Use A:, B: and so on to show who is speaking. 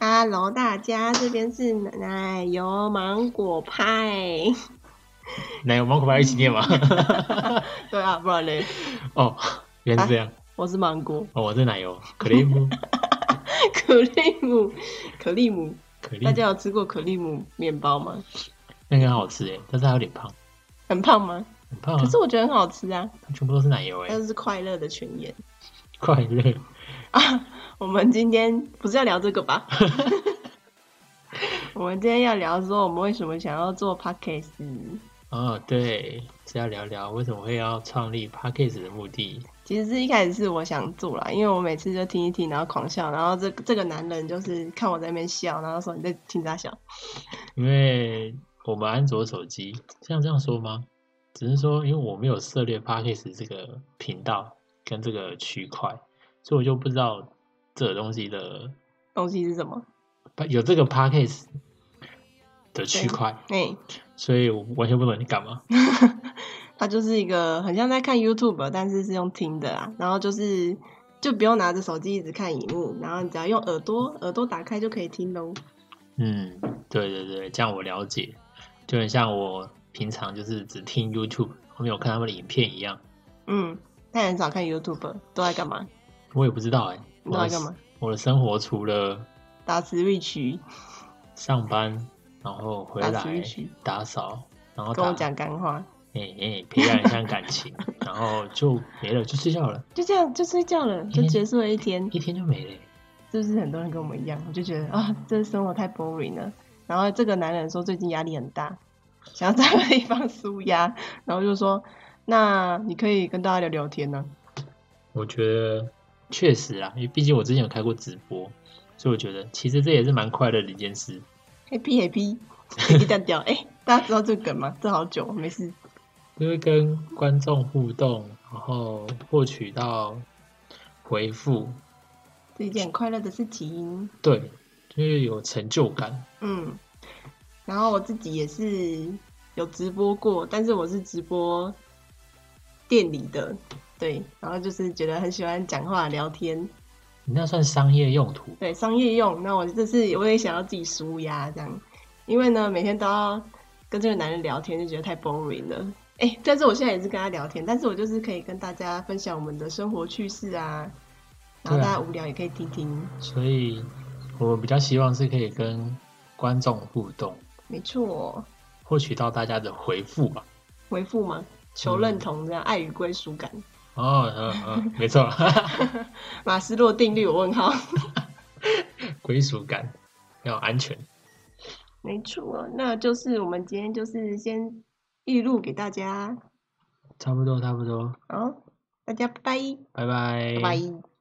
A: Hello，大家，这边是奶油芒果派。
B: 奶油芒果派一起念 吗？
A: 对啊，不然嘞，
B: 哦，原来是这样。
A: 我是芒果，
B: 哦，我是奶油，可丽姆，
A: 可丽姆，可丽姆。
B: 可丽
A: 大，家有吃过可丽姆面包吗？
B: 那个很好吃哎，但是它有点胖，
A: 很胖吗？
B: 很胖啊
A: 可。是我觉呃得很好吃啊，
B: 它全部都是奶油
A: 那
B: 哎，
A: 就是快乐的泉眼
B: 快乐。
A: 啊。我们今天不是要聊这个 吧？我们今天要聊说我们为什么想要做 podcast。
B: 哦，对，是要聊聊为什么会要创立 Podcast 的目的。
A: 其实是一开始是我想做啦，因为我每次就听一听，然后狂笑，然后这这个男人就是看我在那边笑，然后说你在听他笑。
B: 因为我们安卓手机，像这样说吗？只是说，因为我没有涉猎 Podcast 这个频道跟这个区块，所以我就不知道这个东西的
A: 东西是什么？
B: 有这个 Podcast 的区块，
A: 哎、
B: 所以我完全不懂你干嘛。
A: 它就是一个很像在看 YouTube，但是是用听的啊，然后就是就不用拿着手机一直看荧幕，然后你只要用耳朵耳朵打开就可以听喽。
B: 嗯，对对对，这样我了解，就很像我平常就是只听 YouTube，后面我看他们的影片一样，
A: 嗯，但很少看 YouTube，都在干嘛？
B: 我也不知道哎、
A: 你
B: 我
A: 都在
B: 的
A: 干嘛？
B: 我的生活除了
A: 打 Switch，
B: 上班，然后回
A: 打
B: 来
A: Switch
B: 打扫，然后
A: 跟我
B: 打
A: 讲干话，
B: 哎哎、培养一下感情， 然后就没了，就睡觉了，
A: 就这样就睡觉了，就结束了一天。
B: 一天就没了、
A: 是不是很多人跟我们一样？我就觉得啊，这生活太 boring 了。然后这个男人说最近压力很大，想要找个地方舒压，然后就说那你可以跟大家聊聊天呢、
B: 我觉得确实啊，因为毕竟我之前有开过直播，所以我觉得其实这也是蛮快乐的一件事。
A: Happy happy，happy 蛋掉。哎、大家知道这个梗吗？这好久没事。
B: 因为跟观众互动，然后获取到回复，
A: 是一件很快乐的事情。
B: 对，就是有成就感。
A: 嗯，然后我自己也是有直播过，但是我是直播店里的，对，然后就是觉得很喜欢讲话聊天，
B: 你那算商业用途，
A: 对，商业用。那我这次我也想要自己舒压这样，因为呢，每天都要跟这个男人聊天，就觉得太 boring 了。哎、但是我现在也是跟他聊天，但是我就是可以跟大家分享我们的生活趣事啊，然后
B: 对啊
A: 大家无聊也可以听听。
B: 所以我们比较希望是可以跟观众互动，
A: 没错，
B: 获取到大家的回复吧。
A: 回复吗？
B: 嗯
A: 求认同这样，爱与归属感。
B: 哦，嗯嗯，没错，
A: 马斯洛定律，我问号。
B: 归属感要安全。
A: 没错，那就是我们今天就是先预录给大家，
B: 差不多，差不多，
A: 好，大家拜拜，
B: 拜
A: 拜
B: 拜，
A: 拜。